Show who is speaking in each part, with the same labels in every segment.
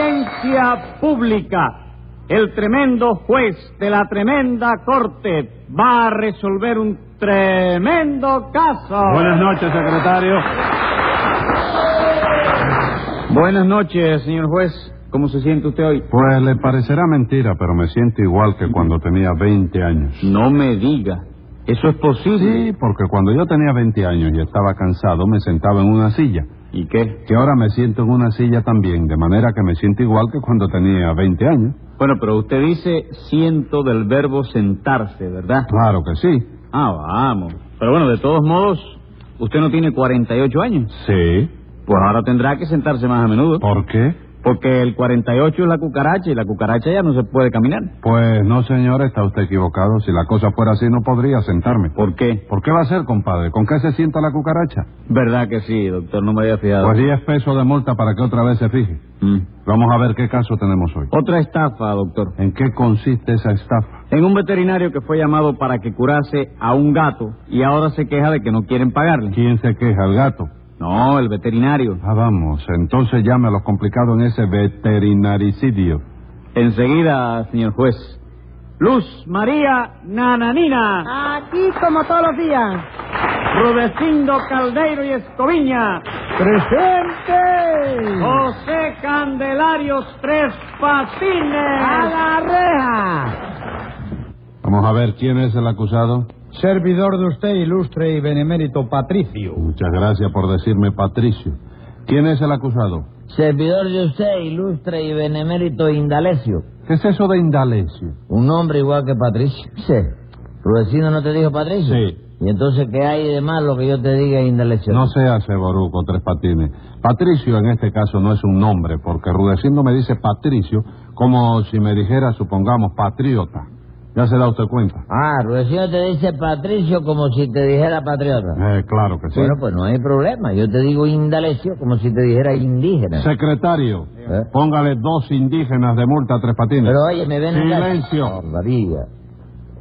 Speaker 1: audiencia pública. El tremendo juez de la tremenda corte va a resolver un tremendo caso.
Speaker 2: Buenas noches, secretario.
Speaker 1: Buenas noches, señor juez. ¿Cómo se siente usted hoy?
Speaker 2: Pues le parecerá mentira, pero me siento igual que cuando tenía 20 años.
Speaker 1: No me diga. ¿Eso es posible?
Speaker 2: Sí, porque cuando yo tenía 20 años y estaba cansado, me sentaba en una silla.
Speaker 1: ¿Y qué?
Speaker 2: Que ahora me siento en una silla también, de manera que me siento igual que cuando tenía 20 años.
Speaker 1: Bueno, pero usted dice siento del verbo sentarse, ¿verdad?
Speaker 2: Claro que sí.
Speaker 1: Ah, vamos. Pero bueno, de todos modos, usted no tiene 48 años.
Speaker 2: Sí.
Speaker 1: Pues ahora tendrá que sentarse más a menudo.
Speaker 2: ¿Por qué?
Speaker 1: Porque el 48 es la cucaracha y la cucaracha ya no se puede caminar.
Speaker 2: Pues no, señor, está usted equivocado. Si la cosa fuera así, no podría sentarme.
Speaker 1: ¿Por qué?
Speaker 2: ¿Por qué va a ser, compadre? ¿Con qué se sienta la cucaracha?
Speaker 1: ¿Verdad que sí, doctor? No me había fijado.
Speaker 2: Pues 10 pesos de multa para que otra vez se fije.
Speaker 1: Mm.
Speaker 2: Vamos a ver qué caso tenemos hoy.
Speaker 1: Otra estafa, doctor.
Speaker 2: ¿En qué consiste esa estafa?
Speaker 1: En un veterinario que fue llamado para que curase a un gato y ahora se queja de que no quieren pagarle.
Speaker 2: ¿Quién se queja? ¿El gato?
Speaker 1: No, el veterinario.
Speaker 2: Ah, vamos, entonces llame a lo complicado en ese veterinaricidio.
Speaker 1: Enseguida, señor juez. Luz María Nananina,
Speaker 3: Aquí como todos los días.
Speaker 1: Rudecindo Caldeiro y Escoviña,
Speaker 3: ¡Presente!
Speaker 1: José Candelarios Tres
Speaker 3: ¡A
Speaker 1: Patines.
Speaker 3: la reja!
Speaker 2: Vamos a ver quién es el acusado.
Speaker 4: Servidor de usted, ilustre y benemérito Patricio.
Speaker 2: Muchas gracias por decirme, Patricio. ¿Quién es el acusado?
Speaker 5: Servidor de usted, ilustre y benemérito Indalecio.
Speaker 2: ¿Qué es eso de Indalecio?
Speaker 5: Un hombre igual que Patricio. Sí. ¿Rudecindo no te dijo Patricio?
Speaker 2: Sí.
Speaker 5: ¿Y entonces qué hay de malo que yo te diga Indalecio?
Speaker 2: No se hace boruco, Tres Patines. Patricio en este caso no es un nombre, porque Rudecindo me dice Patricio como si me dijera, supongamos, patriota. ¿Ya se da usted cuenta?
Speaker 5: Ah, Rudecindo te dice Patricio como si te dijera patriota.
Speaker 2: Eh, claro que sí.
Speaker 5: Bueno, pues no hay problema. Yo te digo Indalecio como si te dijera indígena.
Speaker 2: Secretario,
Speaker 5: ¿Eh?
Speaker 2: póngale dos indígenas de multa a Tres Patines.
Speaker 5: Pero oye, me ven acá.
Speaker 2: Silencio.
Speaker 5: Barbaridad.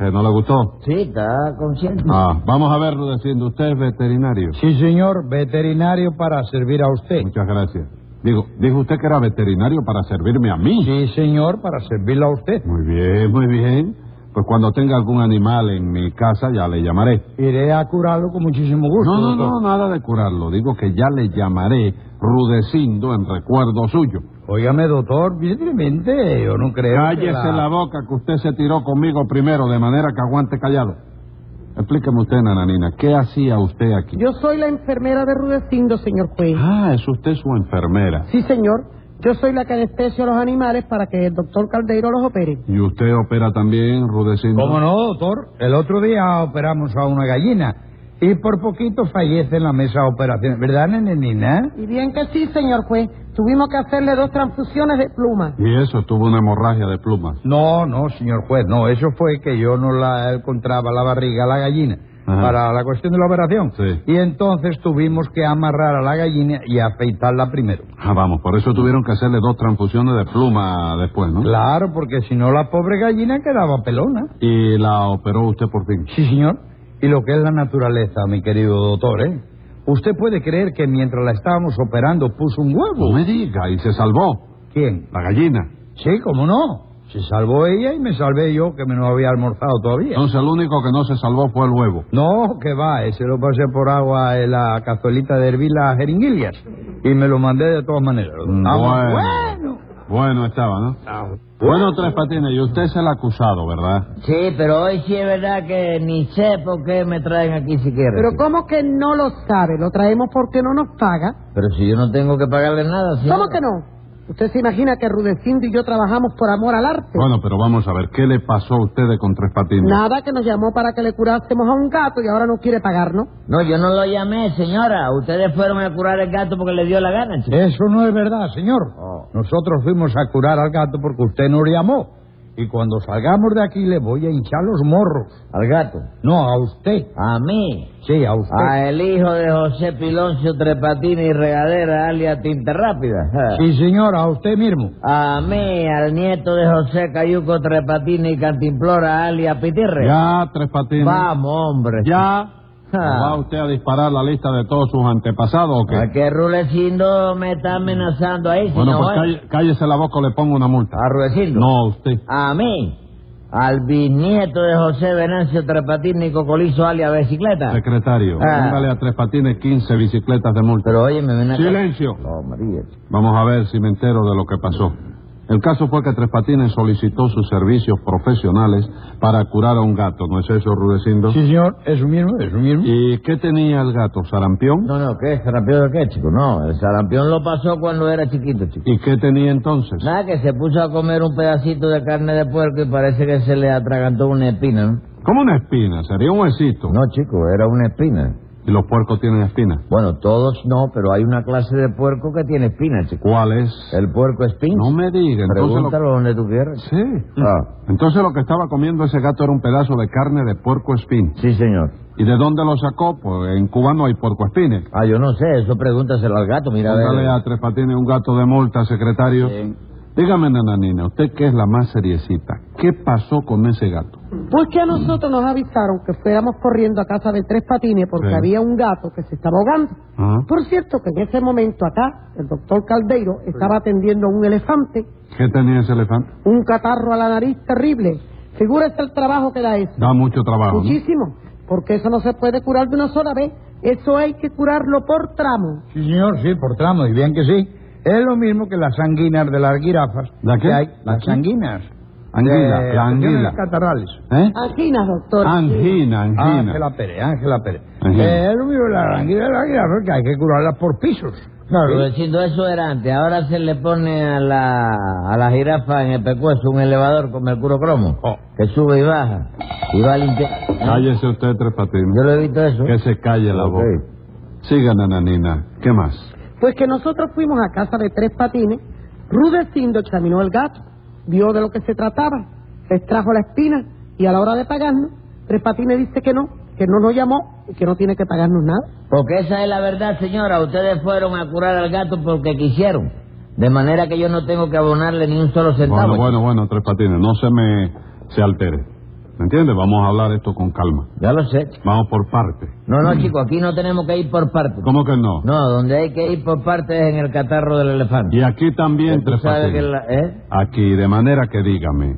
Speaker 2: Eh, ¿No le gustó?
Speaker 5: Sí, está consciente.
Speaker 2: Ah, vamos a ver, Rudecindo, usted es veterinario.
Speaker 4: Sí, señor, veterinario para servir a usted.
Speaker 2: Muchas gracias. Digo, dijo usted que era veterinario para servirme a mí.
Speaker 4: Sí, señor, para servirla a usted.
Speaker 2: Muy bien, muy bien. Pues cuando tenga algún animal en mi casa ya le llamaré.
Speaker 4: Iré a curarlo con muchísimo gusto.
Speaker 2: No, no, no,
Speaker 4: doctor.
Speaker 2: nada de curarlo. Digo que ya le llamaré Rudecindo en recuerdo suyo.
Speaker 4: Óigame, doctor, simplemente yo no creo. que
Speaker 2: Cállese la... boca que usted se tiró conmigo primero, de manera que aguante callado. Explíqueme usted, Nananina, ¿qué hacía usted aquí?
Speaker 3: Yo soy la enfermera de Rudecindo, señor juez.
Speaker 2: Ah, es usted su enfermera.
Speaker 3: Sí, señor. Yo soy la que anestesio a los animales para que el doctor Caldeiro los opere.
Speaker 2: ¿Y usted opera también, Rudecindo?
Speaker 4: ¿Cómo no, doctor? El otro día operamos a una gallina y por poquito fallece en la mesa de operaciones. ¿Verdad, nenenina?
Speaker 3: Y bien que sí, señor juez. Tuvimos que hacerle dos transfusiones de pluma.
Speaker 2: Y eso, tuvo una hemorragia de plumas.
Speaker 4: No, no, señor juez, no. Eso fue que yo no la encontraba la barriga a la gallina
Speaker 2: Ajá.
Speaker 4: para la cuestión de la operación.
Speaker 2: Sí.
Speaker 4: Y entonces tuvimos que amarrar a la gallina y afeitarla primero.
Speaker 2: Ah, vamos, por eso tuvieron que hacerle dos transfusiones de pluma después, ¿no?
Speaker 4: Claro, porque si no la pobre gallina quedaba pelona.
Speaker 2: Y la operó usted por fin.
Speaker 4: Sí, señor. Y lo que es la naturaleza, mi querido doctor, ¿eh? Usted puede creer que mientras la estábamos operando puso un
Speaker 2: No
Speaker 4: huevo.
Speaker 2: me diga, y se salvó.
Speaker 4: ¿Quién?
Speaker 2: La gallina.
Speaker 4: Sí, cómo no. Se salvó ella y me salvé yo, que me no había almorzado todavía.
Speaker 2: Entonces el único que no se salvó fue el huevo.
Speaker 4: No, que va, ese lo pasé por agua en la cazuelita de hervir las jeringuillas. Y me lo mandé de todas maneras. Ah,
Speaker 2: Bueno. Bueno estaba, ¿no? Bueno, Tres Patines, y usted es el acusado, ¿verdad?
Speaker 5: Sí, pero hoy sí es verdad que ni sé por qué me traen aquí siquiera.
Speaker 3: Pero
Speaker 5: Sí.
Speaker 3: ¿cómo que no lo sabe? Lo traemos porque no nos paga.
Speaker 5: Pero si yo no tengo que pagarle nada, ¿sí?
Speaker 3: ¿Cómo que no? ¿Usted se imagina que Rudecindo y yo trabajamos por amor al arte?
Speaker 2: Bueno, pero vamos a ver, ¿qué le pasó a ustedes con Tres Patines?
Speaker 3: Nada, que nos llamó para que le curásemos a un gato y ahora no quiere pagarnos.
Speaker 5: No, yo no lo llamé, señora. Ustedes fueron a curar el gato porque le dio la gana, chico.
Speaker 4: Eso no es verdad, señor.
Speaker 5: Oh.
Speaker 4: Nosotros fuimos a curar al gato porque usted no le llamó. Y cuando salgamos de aquí le voy a hinchar los morros.
Speaker 5: Al gato.
Speaker 4: No, a usted.
Speaker 5: A mí.
Speaker 4: Sí, a usted.
Speaker 2: Ah,
Speaker 5: A el hijo de José Piloncio Trepatini y Regadera, alias Tinta Rápida.
Speaker 2: eh.
Speaker 5: Ja.
Speaker 4: Sí, señor, a usted mismo.
Speaker 5: A mí, al nieto de José Cayuco Trepatini y Cantimplora, alias Pitirre.
Speaker 2: Ya, Tres Patines.
Speaker 5: Vamos, hombre.
Speaker 2: Ya.
Speaker 4: Ah.
Speaker 2: ¿Va usted a disparar la lista de todos sus antepasados o qué?
Speaker 5: ¿A qué Rudecindo me está amenazando ahí, señor?
Speaker 2: bueno, pues calle- cállese la boca o le pongo una multa.
Speaker 5: ¿A Rudecindo?
Speaker 2: No, a usted.
Speaker 5: A mí, al bisnieto de José Venancio Trepatín Nicocolizo alia Bicicleta.
Speaker 2: Secretario,
Speaker 5: Ah.
Speaker 2: póngale a tres patines 15 bicicletas de multa.
Speaker 5: Pero oye, me ven acá.
Speaker 2: Silencio.
Speaker 5: No, María.
Speaker 2: Vamos a ver si me entero de lo que pasó. El caso fue que Tres Patines solicitó sus servicios profesionales para curar a un gato, ¿no es eso, Rudecindo?
Speaker 4: Sí, señor, eso mismo, eso mismo.
Speaker 2: ¿Y qué tenía el gato? ¿Sarampión?
Speaker 5: No, no, ¿qué? ¿Sarampión de qué, chico? No, el sarampión lo pasó cuando era chiquito, chico.
Speaker 2: ¿Y qué tenía entonces?
Speaker 5: Nada, que se puso a comer un pedacito de carne de puerco y parece que se le atragantó una espina, ¿no?
Speaker 2: Como una espina, sería un huesito.
Speaker 5: No, chico, era una espina.
Speaker 2: ¿Y los puercos tienen espinas?
Speaker 5: Bueno, todos no, pero hay una clase de puerco que tiene espina, chico.
Speaker 2: ¿Cuál es?
Speaker 5: El puerco espín.
Speaker 2: No me diga, entonces lo...
Speaker 5: Pregúntalo donde tú quieras.
Speaker 2: Sí.
Speaker 5: Ah,
Speaker 2: Entonces lo que estaba comiendo ese gato era un pedazo de carne de puerco espín.
Speaker 5: sí, señor.
Speaker 2: ¿Y de dónde lo sacó? Pues en Cuba no hay puerco espines.
Speaker 5: Ah, yo no sé, eso pregúntaselo al gato, mira, a ver. eh,
Speaker 2: Póngale a Tres Patines un gato de multa, secretario.
Speaker 5: Sí.
Speaker 2: Dígame, nananina, usted que es la más seriecita, ¿qué pasó con ese gato?
Speaker 3: Pues que a nosotros nos avisaron que fuéramos corriendo a casa de tres patines porque
Speaker 2: Sí.
Speaker 3: había un gato que se estaba ahogando.
Speaker 2: Ah.
Speaker 3: Por cierto, que en ese momento acá, el doctor Caldeiro estaba atendiendo a un elefante,
Speaker 2: ¿Qué tenía ese elefante?
Speaker 3: un catarro a la nariz terrible. Figúrese el trabajo que da eso.
Speaker 2: Da mucho trabajo. ¿no?
Speaker 3: Muchísimo. Porque eso no se puede curar de una sola vez. Eso hay que curarlo por tramo.
Speaker 4: Sí, señor, sí, por tramo, y bien que sí. Es lo mismo que las sanguinas de las jirafas.
Speaker 2: ¿La qué?
Speaker 4: que hay-
Speaker 2: ¿La
Speaker 4: las
Speaker 2: qué?
Speaker 4: sanguinas.
Speaker 2: Anguila,
Speaker 4: de-
Speaker 2: la anguila.
Speaker 4: de catarrales.
Speaker 2: ¿Eh?
Speaker 3: Anginas, doctor.
Speaker 2: Angina,
Speaker 4: Ah,
Speaker 2: angina.
Speaker 4: Ángela Pérez, Ángela Pérez.
Speaker 2: Angina.
Speaker 4: Eh, es lo mismo que las anguilas de las jirafas, que hay que curarlas por pisos.
Speaker 5: Pero diciendo Pues, eso era antes, ahora se le pone a la, a la jirafa en el pecuezo un elevador con mercurio cromo
Speaker 2: Oh.
Speaker 5: que sube y baja y va a limpiar.
Speaker 2: Cállese usted, Tres Patines.
Speaker 5: Yo lo he visto eso.
Speaker 2: Que se calle la
Speaker 5: Ok.
Speaker 2: boca. Siga, nananina. ¿Qué más?
Speaker 3: Pues que nosotros fuimos a casa de tres patines. Rudecindo examinó el gato, vio de lo que se trataba, extrajo la espina y a la hora de pagarnos, tres patines dice que no, que no nos llamó y que no tiene que pagarnos nada.
Speaker 5: Porque esa es la verdad, señora. Ustedes fueron a curar al gato porque quisieron. De manera que yo no tengo que abonarle ni un solo centavo.
Speaker 2: Bueno, bueno, bueno, Tres Patines, no se me se altere. ¿Me entiende? Vamos a hablar esto con calma.
Speaker 5: Ya lo sé.
Speaker 2: Vamos por partes.
Speaker 5: No, no, chico, aquí no tenemos que ir por partes.
Speaker 2: Mm. ¿Cómo que no?
Speaker 5: No, donde hay que ir por partes es en el catarro del elefante.
Speaker 2: Y aquí también,
Speaker 5: Tú
Speaker 2: Tres
Speaker 5: sabes que
Speaker 2: Patines.
Speaker 5: la- ¿eh?
Speaker 2: Aquí, de manera que dígame,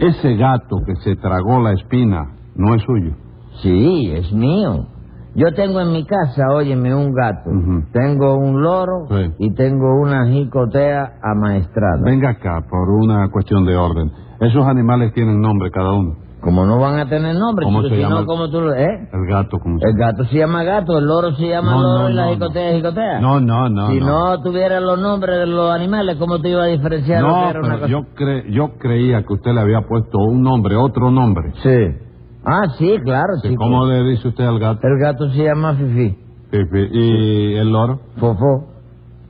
Speaker 2: ese gato que se tragó la espina no es suyo.
Speaker 5: Sí, es mío. Yo tengo en mi casa, óyeme, un gato.
Speaker 2: Ujú.
Speaker 5: Tengo un loro
Speaker 2: Sí.
Speaker 5: y tengo una jicotea amaestrada.
Speaker 2: Venga acá, por una cuestión de orden. Esos animales tienen nombre cada uno.
Speaker 5: Como no van a tener nombre,
Speaker 2: ¿Cómo
Speaker 5: chico,
Speaker 2: se
Speaker 5: si
Speaker 2: llama
Speaker 5: no,
Speaker 2: el-
Speaker 5: ¿cómo tú lo...? ¿Eh?
Speaker 2: El gato, como se
Speaker 5: El gato se llama gato, el loro se llama
Speaker 2: No,
Speaker 5: loro
Speaker 2: no,
Speaker 5: y la
Speaker 2: no,
Speaker 5: jicotea es jicotea.
Speaker 2: No, no, no.
Speaker 5: si
Speaker 2: no,
Speaker 5: no. tuviera los nombres de los animales, ¿cómo te iba a diferenciar? lo que
Speaker 2: No,
Speaker 5: era una
Speaker 2: pero
Speaker 5: cosa?
Speaker 2: yo, cre- yo creía que usted le había puesto un nombre, otro nombre.
Speaker 5: Sí. Ah, sí, claro,
Speaker 2: Sí,
Speaker 5: chico.
Speaker 2: ¿Cómo le dice usted al gato?
Speaker 5: El gato se llama Fifi,
Speaker 2: Fifi. ¿Y el loro?
Speaker 5: Fofó.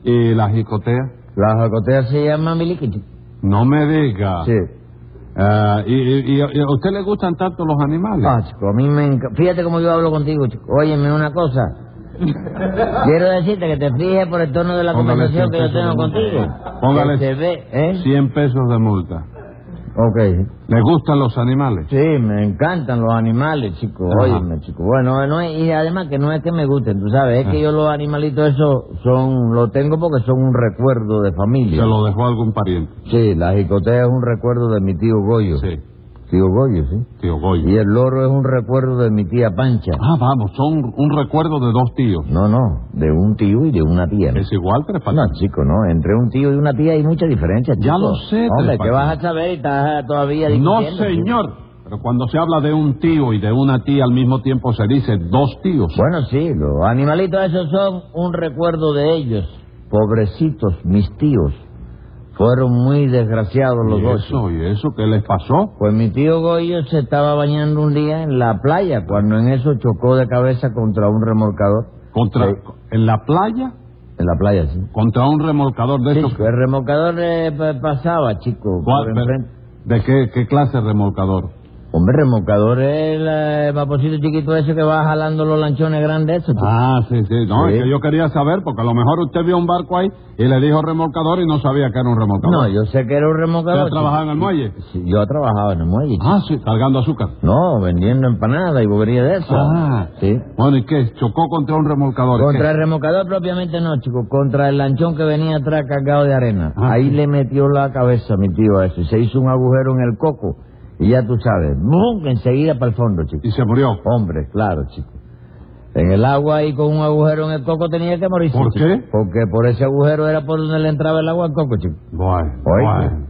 Speaker 2: ¿Y la jicotea?
Speaker 5: La jicotea se llama Miliqui, chico.
Speaker 2: No me diga.
Speaker 5: Sí.
Speaker 2: Ah, y, y- y a y a usted le gustan tanto los animales?
Speaker 5: Ah, chico, a mí me encanta. Fíjate cómo yo hablo contigo, chico. Óyeme una cosa. Quiero decirte que te fijes por el tono de la
Speaker 2: Póngale
Speaker 5: conversación que
Speaker 2: 100
Speaker 5: yo tengo
Speaker 2: pesos de
Speaker 5: contigo.
Speaker 2: multa. Póngale
Speaker 5: Que se ve, ¿eh?
Speaker 2: 100 pesos de multa.
Speaker 5: Ok.
Speaker 2: ¿Le gustan los animales?
Speaker 5: Sí, me encantan los animales, chico.
Speaker 2: Ajá.
Speaker 5: Óyeme, chico. Bueno, no es- y además que no es que me gusten, tú sabes. Es
Speaker 2: Ah.
Speaker 5: que yo los animalitos esos son, lo tengo porque son un recuerdo de
Speaker 2: ¿Se
Speaker 5: familia.
Speaker 2: lo dejó algún pariente?
Speaker 5: Sí, la jicotea es un recuerdo de mi tío Goyo.
Speaker 2: Sí,
Speaker 5: Tío Goyo, sí.
Speaker 2: tío
Speaker 5: Y
Speaker 2: Goyo.
Speaker 5: el loro es un recuerdo de mi tía Pancha.
Speaker 2: Ah, vamos, son un recuerdo de dos tíos.
Speaker 5: No, no, de un tío y de una tía. ¿no?
Speaker 2: Es igual, Tres
Speaker 5: No,
Speaker 2: Patines.
Speaker 5: chico, no. Entre un tío y una tía hay mucha diferencia, chico.
Speaker 2: Ya lo sé,
Speaker 5: Hombre,
Speaker 2: Tres
Speaker 5: ¿qué
Speaker 2: Patines.
Speaker 5: vas a saber? Y Estás eh, todavía
Speaker 2: No,
Speaker 5: discutiendo,
Speaker 2: señor. Pero cuando se habla de un tío y de una tía al mismo tiempo se dice dos tíos.
Speaker 5: chico. Bueno, sí, los animalitos esos son un recuerdo de ellos. Pobrecitos, mis tíos. Fueron muy desgraciados los
Speaker 2: ¿Y
Speaker 5: dos.
Speaker 2: eso? ¿Y eso qué les pasó?
Speaker 5: Pues mi tío Goyo se estaba bañando un día en la playa cuando en eso chocó de cabeza contra un remolcador.
Speaker 2: Contra,
Speaker 5: Sí.
Speaker 2: ¿En la playa?
Speaker 5: En la playa, sí.
Speaker 2: ¿Contra un remolcador de
Speaker 5: Sí,
Speaker 2: esos?
Speaker 5: chico, el remolcador eh, pa- pasaba, chico,
Speaker 2: ¿Cuál?
Speaker 5: por enfrente.
Speaker 2: ¿De qué, qué clase de remolcador?
Speaker 5: Hombre, remolcador es el eh, vaporcito chiquito ese que va jalando los lanchones grandes esos, chico.
Speaker 2: Ah, sí, sí. No,
Speaker 5: Sí.
Speaker 2: es que yo quería saber, porque a lo mejor usted vio un barco ahí y le dijo remolcador y no sabía que era un
Speaker 5: no,
Speaker 2: remolcador.
Speaker 5: yo sé que era un
Speaker 2: ¿Usted ha
Speaker 5: remolcador. chico.
Speaker 2: trabajado en el muelle?
Speaker 5: Sí, yo trabajaba en el muelle. chico.
Speaker 2: Ah, sí, cargando azúcar.
Speaker 5: No, vendiendo empanadas y bobería de eso.
Speaker 2: Ah.
Speaker 5: sí.
Speaker 2: Bueno, ¿y qué? ¿Chocó contra un remolcador? ¿Qué?
Speaker 5: Contra el remolcador propiamente no, chico. Contra el lanchón que venía atrás cargado de arena.
Speaker 2: Ah,
Speaker 5: Ahí
Speaker 2: sí.
Speaker 5: le metió la cabeza mi tío a eso. Y se hizo un agujero en el coco. Y ya tú sabes, ¡bum! Enseguida para el fondo, chico.
Speaker 2: Y se murió.
Speaker 5: Hombre, claro, chico. En el agua y con un agujero en el coco tenía que morirse.
Speaker 2: ¿Por
Speaker 5: chico.
Speaker 2: qué?
Speaker 5: Porque por ese agujero era por donde le entraba el agua al coco, chico.
Speaker 2: Bueno,
Speaker 5: Oye.
Speaker 2: bueno.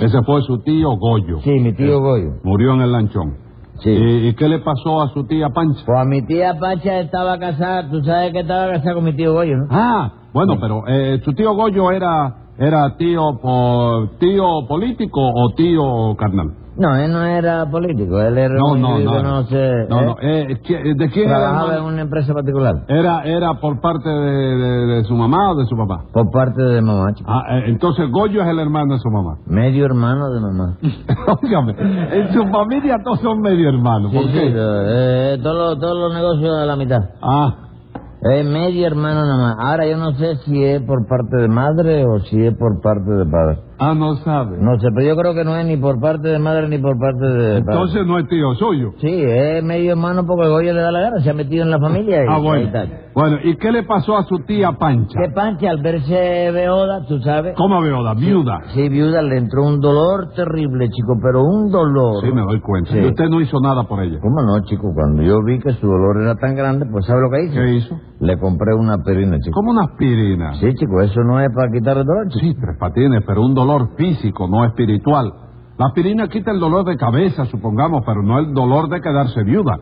Speaker 2: Ese fue su tío Goyo.
Speaker 5: Sí, mi tío Goyo.
Speaker 2: Murió en el lanchón.
Speaker 5: Sí.
Speaker 2: ¿Y, y qué le pasó a su tía Pancha?
Speaker 5: Pues a mi tía Pacha estaba casada, tú sabes que estaba casada con mi tío Goyo, ¿no?
Speaker 2: Ah, bueno, pero eh, su tío Goyo era era tío po- tío político o tío carnal.
Speaker 5: No, él no era político, él era
Speaker 2: No,
Speaker 5: un
Speaker 2: no,
Speaker 5: individuo
Speaker 2: no.
Speaker 5: que no se-
Speaker 2: No,
Speaker 5: ¿eh?
Speaker 2: no, eh, ¿qui- ¿De quién era?
Speaker 5: Trabajaba en
Speaker 2: hermano?
Speaker 5: una empresa particular.
Speaker 2: Era era por parte de, de- de su mamá o de su papá.
Speaker 5: Por parte de mamá, chico.
Speaker 2: Ah, eh, entonces Goyo es el hermano de su mamá.
Speaker 5: Medio hermano de mamá.
Speaker 2: Óigame, en su familia todos son medio hermanos.
Speaker 5: Sí,
Speaker 2: ¿Por
Speaker 5: sí,
Speaker 2: qué?
Speaker 5: eh, todos, los, todos los negocios a la mitad.
Speaker 2: Ah,
Speaker 5: Es medio Eh, hermano nada más. Ahora yo no sé si es por parte de madre o si es por parte de padre.
Speaker 2: ah, no sabe.
Speaker 5: No sé, pero yo creo que no es ni por parte de madre ni por parte de padre.
Speaker 2: Entonces no es tío suyo.
Speaker 5: Sí, es medio hermano porque Goyo le da la gana, se ha metido en la familia y
Speaker 2: Ah,
Speaker 5: ahí
Speaker 2: bueno.
Speaker 5: está.
Speaker 2: Bueno, ¿y qué le pasó a su tía Pancha?
Speaker 5: Que Pancha al verse beoda, tú sabes.
Speaker 2: ¿Cómo veo la viuda?
Speaker 5: Sí, viuda, le entró un dolor terrible, chico, pero un dolor.
Speaker 2: Sí, me doy cuenta.
Speaker 5: Sí.
Speaker 2: Y usted no hizo nada por ella.
Speaker 5: ¿Cómo no, chico? Cuando yo vi que su dolor era tan grande, pues ¿sabe lo que hice?
Speaker 2: ¿Qué hizo?
Speaker 5: Le compré una aspirina, chico.
Speaker 2: Como una aspirina.
Speaker 5: Sí, chico, eso no es para quitar el dolor, chico.
Speaker 2: Sí, tres patines, pero un dolor físico, no espiritual. La aspirina quita el dolor de cabeza, supongamos, pero no el dolor de quedarse viuda.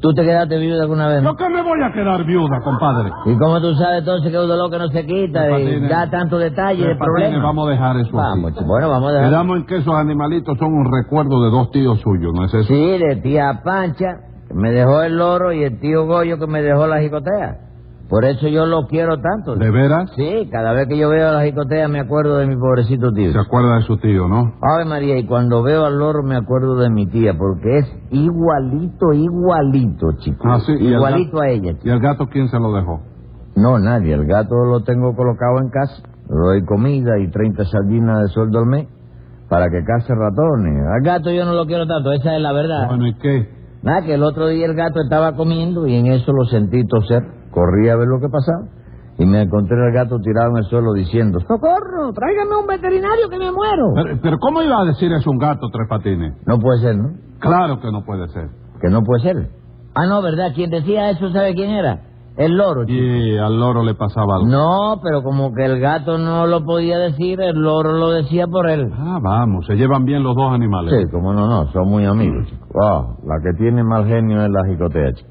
Speaker 5: ¿Tú te quedaste viuda alguna vez?
Speaker 2: ¿Yo
Speaker 5: no?
Speaker 2: que me voy a quedar viuda, compadre?
Speaker 5: ¿Y cómo tú sabes entonces que es un dolor que no se
Speaker 2: Tres
Speaker 5: quita y
Speaker 2: Patines.
Speaker 5: da tanto detalle de
Speaker 2: Tres Patines,
Speaker 5: problema?
Speaker 2: Vamos a dejar eso
Speaker 5: Vamos,
Speaker 2: así.
Speaker 5: chico. Bueno, vamos a dejar.
Speaker 2: Quedamos en que esos animalitos son un recuerdo de dos tíos suyos, ¿no es eso?
Speaker 5: Sí, de tía Pancha, que me dejó el loro, y el tío Goyo, que me dejó la jicotea. Por eso yo lo quiero tanto.
Speaker 2: ¿De veras?
Speaker 5: Sí, cada vez que yo veo la jicotea me acuerdo de mi pobrecito tío.
Speaker 2: Se acuerda de su tío, ¿no?
Speaker 5: Ave María, y cuando veo al loro me acuerdo de mi tía, porque es igualito, igualito, chico.
Speaker 2: Ah, sí, y el
Speaker 5: igualito
Speaker 2: gato-
Speaker 5: a ella, chico.
Speaker 2: ¿Y el gato quién se lo dejó?
Speaker 5: No, nadie. El gato lo tengo colocado en casa. Le doy comida y 30 sardinas de sueldo al mes para que case ratones. Al gato yo no lo quiero tanto, esa es la verdad.
Speaker 2: Bueno, ¿y qué?
Speaker 5: Nada, que el otro día el gato estaba comiendo y en eso lo sentí toser. Corrí a ver lo que pasaba y me encontré al gato tirado en el suelo diciendo,
Speaker 3: ¡Socorro! ¡Tráigame un veterinario que me muero!
Speaker 2: Pero, pero ¿cómo iba a decir es un gato, Tres Patines?
Speaker 5: no puede ser, ¿no?
Speaker 2: Claro que no puede ser.
Speaker 5: Que no puede ser. Ah, no, ¿verdad? Quien decía eso, ¿sabe quién era? El loro, chico.
Speaker 2: Y al loro le pasaba algo.
Speaker 5: No, pero como que el gato no lo podía decir, el loro lo decía por él.
Speaker 2: Ah, vamos, se llevan bien los dos animales.
Speaker 5: Sí, como no, no, son muy
Speaker 2: Mm.
Speaker 5: amigos, chico. Ah, la que tiene mal genio es la jicotea, chico.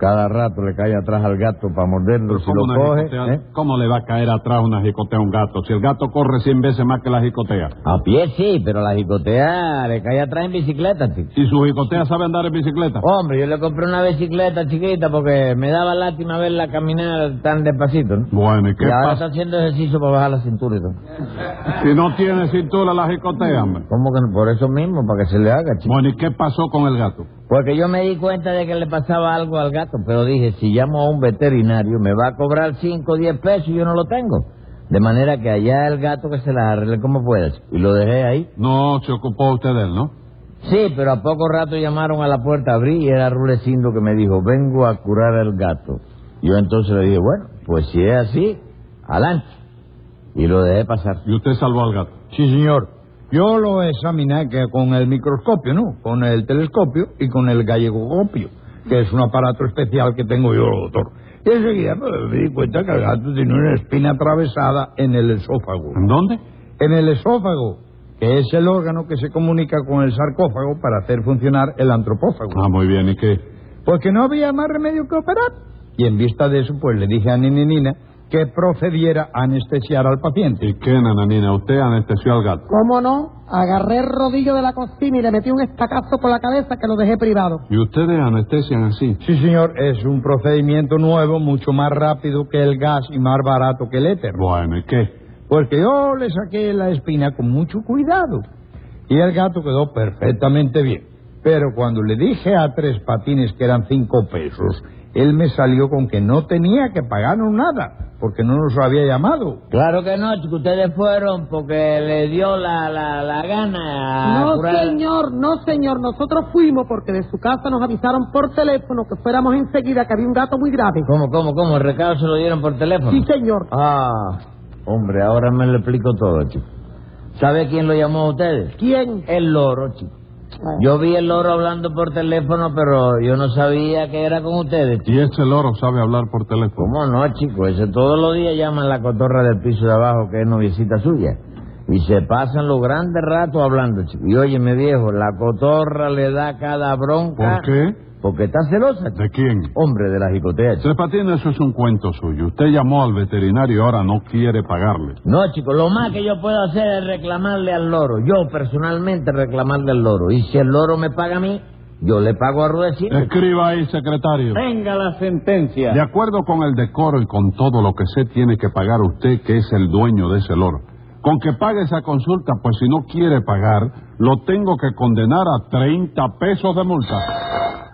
Speaker 5: Cada rato le cae atrás al gato para morderlo,
Speaker 2: Pero
Speaker 5: si
Speaker 2: ¿cómo,
Speaker 5: lo
Speaker 2: una
Speaker 5: coge...
Speaker 2: jicotea-
Speaker 5: ¿eh?
Speaker 2: cómo le va a caer atrás una jicotea a un gato? Si el gato corre 100 veces más que la jicotea.
Speaker 5: A pie sí, pero la jicotea le cae atrás en bicicleta, chico.
Speaker 2: ¿Y su jicotea sabe andar en bicicleta?
Speaker 5: Hombre, yo le compré una bicicleta chiquita porque me daba lástima verla caminar tan despacito, ¿no?
Speaker 2: Bueno, ¿y qué
Speaker 5: Y ahora está
Speaker 2: pasa
Speaker 5: haciendo ejercicio para bajar la cintura y todo.
Speaker 2: si no tiene cintura la jicotea? hombre?
Speaker 5: ¿Cómo que no? Por eso mismo, para que se le haga, chico.
Speaker 2: Bueno, ¿y qué pasó con el gato?
Speaker 5: Porque yo me di cuenta de que le pasaba algo al gato, pero dije, si llamo a un veterinario, me va a cobrar 5 o 10 pesos y yo no lo tengo. De manera que allá el gato que se las arregle como pueda. chico. Y lo dejé ahí.
Speaker 2: No se ocupó usted de él, ¿no?
Speaker 5: Sí, pero a poco rato llamaron a la puerta, abrí y era Rulecindo que me dijo, vengo a curar al gato. Yo entonces le dije, bueno, pues si es así, adelante. Y lo dejé pasar.
Speaker 2: Y usted salvó al gato.
Speaker 4: Sí, señor. Yo lo examiné que con el microscopio, ¿no? Con el telescopio y con el gallegocopio, que es un aparato especial que tengo yo, doctor. Y enseguida pues, me di cuenta que el gato tiene una espina atravesada en el esófago.
Speaker 2: ¿En dónde?
Speaker 4: En el esófago, que es el órgano que se comunica con el sarcófago para hacer funcionar el antropófago.
Speaker 2: Ah, muy bien, ¿y qué?
Speaker 4: Pues que no había más remedio que operar. Y en vista de eso, pues le dije a Nininina que procediera a anestesiar al paciente.
Speaker 2: ¿Y qué, nananina? Usted anestesió al gato.
Speaker 3: ¿Cómo no? Agarré el rodillo de la cocina y le metí un estacazo por la cabeza que lo dejé privado.
Speaker 2: ¿Y ustedes anestesian así?
Speaker 4: Sí, señor, es un procedimiento nuevo, mucho más rápido que el gas y más barato que el éter.
Speaker 2: Bueno, ¿y qué?
Speaker 4: Porque yo le saqué la espina con mucho cuidado. Y el gato quedó perfectamente bien. Pero cuando le dije a tres patines que eran cinco pesos, él me salió con que no tenía que pagarnos nada, porque no nos había llamado.
Speaker 5: Claro que no, chico. Ustedes fueron porque le dio la, la, la gana a
Speaker 3: No,
Speaker 5: curar-
Speaker 3: señor, no, señor. Nosotros fuimos porque de su casa nos avisaron por teléfono que fuéramos enseguida, que había un gato muy grave.
Speaker 5: ¿Cómo, cómo, cómo? ¿El recado se lo dieron por teléfono?
Speaker 3: Sí, señor.
Speaker 5: Ah, hombre, ahora me lo explico todo, chico. ¿Sabe quién lo llamó a ustedes?
Speaker 3: ¿Quién?
Speaker 5: El loro, chico. Yo vi el loro hablando por teléfono, pero yo no sabía que era con ustedes, chico.
Speaker 2: Y ese loro sabe hablar por teléfono.
Speaker 5: ¿Cómo no, chico? Ese todos los días llaman la cotorra del piso de abajo, que es noviecita suya. Y se pasan los grandes ratos hablando, chico. Y óyeme, viejo, la cotorra le da cada bronca.
Speaker 2: ¿Por qué?
Speaker 5: Porque está celosa, chico.
Speaker 2: ¿De quién?
Speaker 5: Hombre de la jicotea, chico.
Speaker 2: Tres Patines, eso es un cuento suyo. Usted llamó al veterinario y ahora no quiere pagarle.
Speaker 5: No, chicos, lo más que yo puedo hacer es reclamarle al loro. Yo personalmente reclamarle al loro. Y si el loro me paga a mí, yo le pago a Rudecito.
Speaker 2: Escriba ahí, secretario.
Speaker 1: Venga la sentencia.
Speaker 2: De acuerdo con el decoro y con todo lo que se tiene que pagar usted, que es el dueño de ese loro. Con que pague esa consulta, pues si no quiere pagar, lo tengo que condenar a 30 pesos de multa.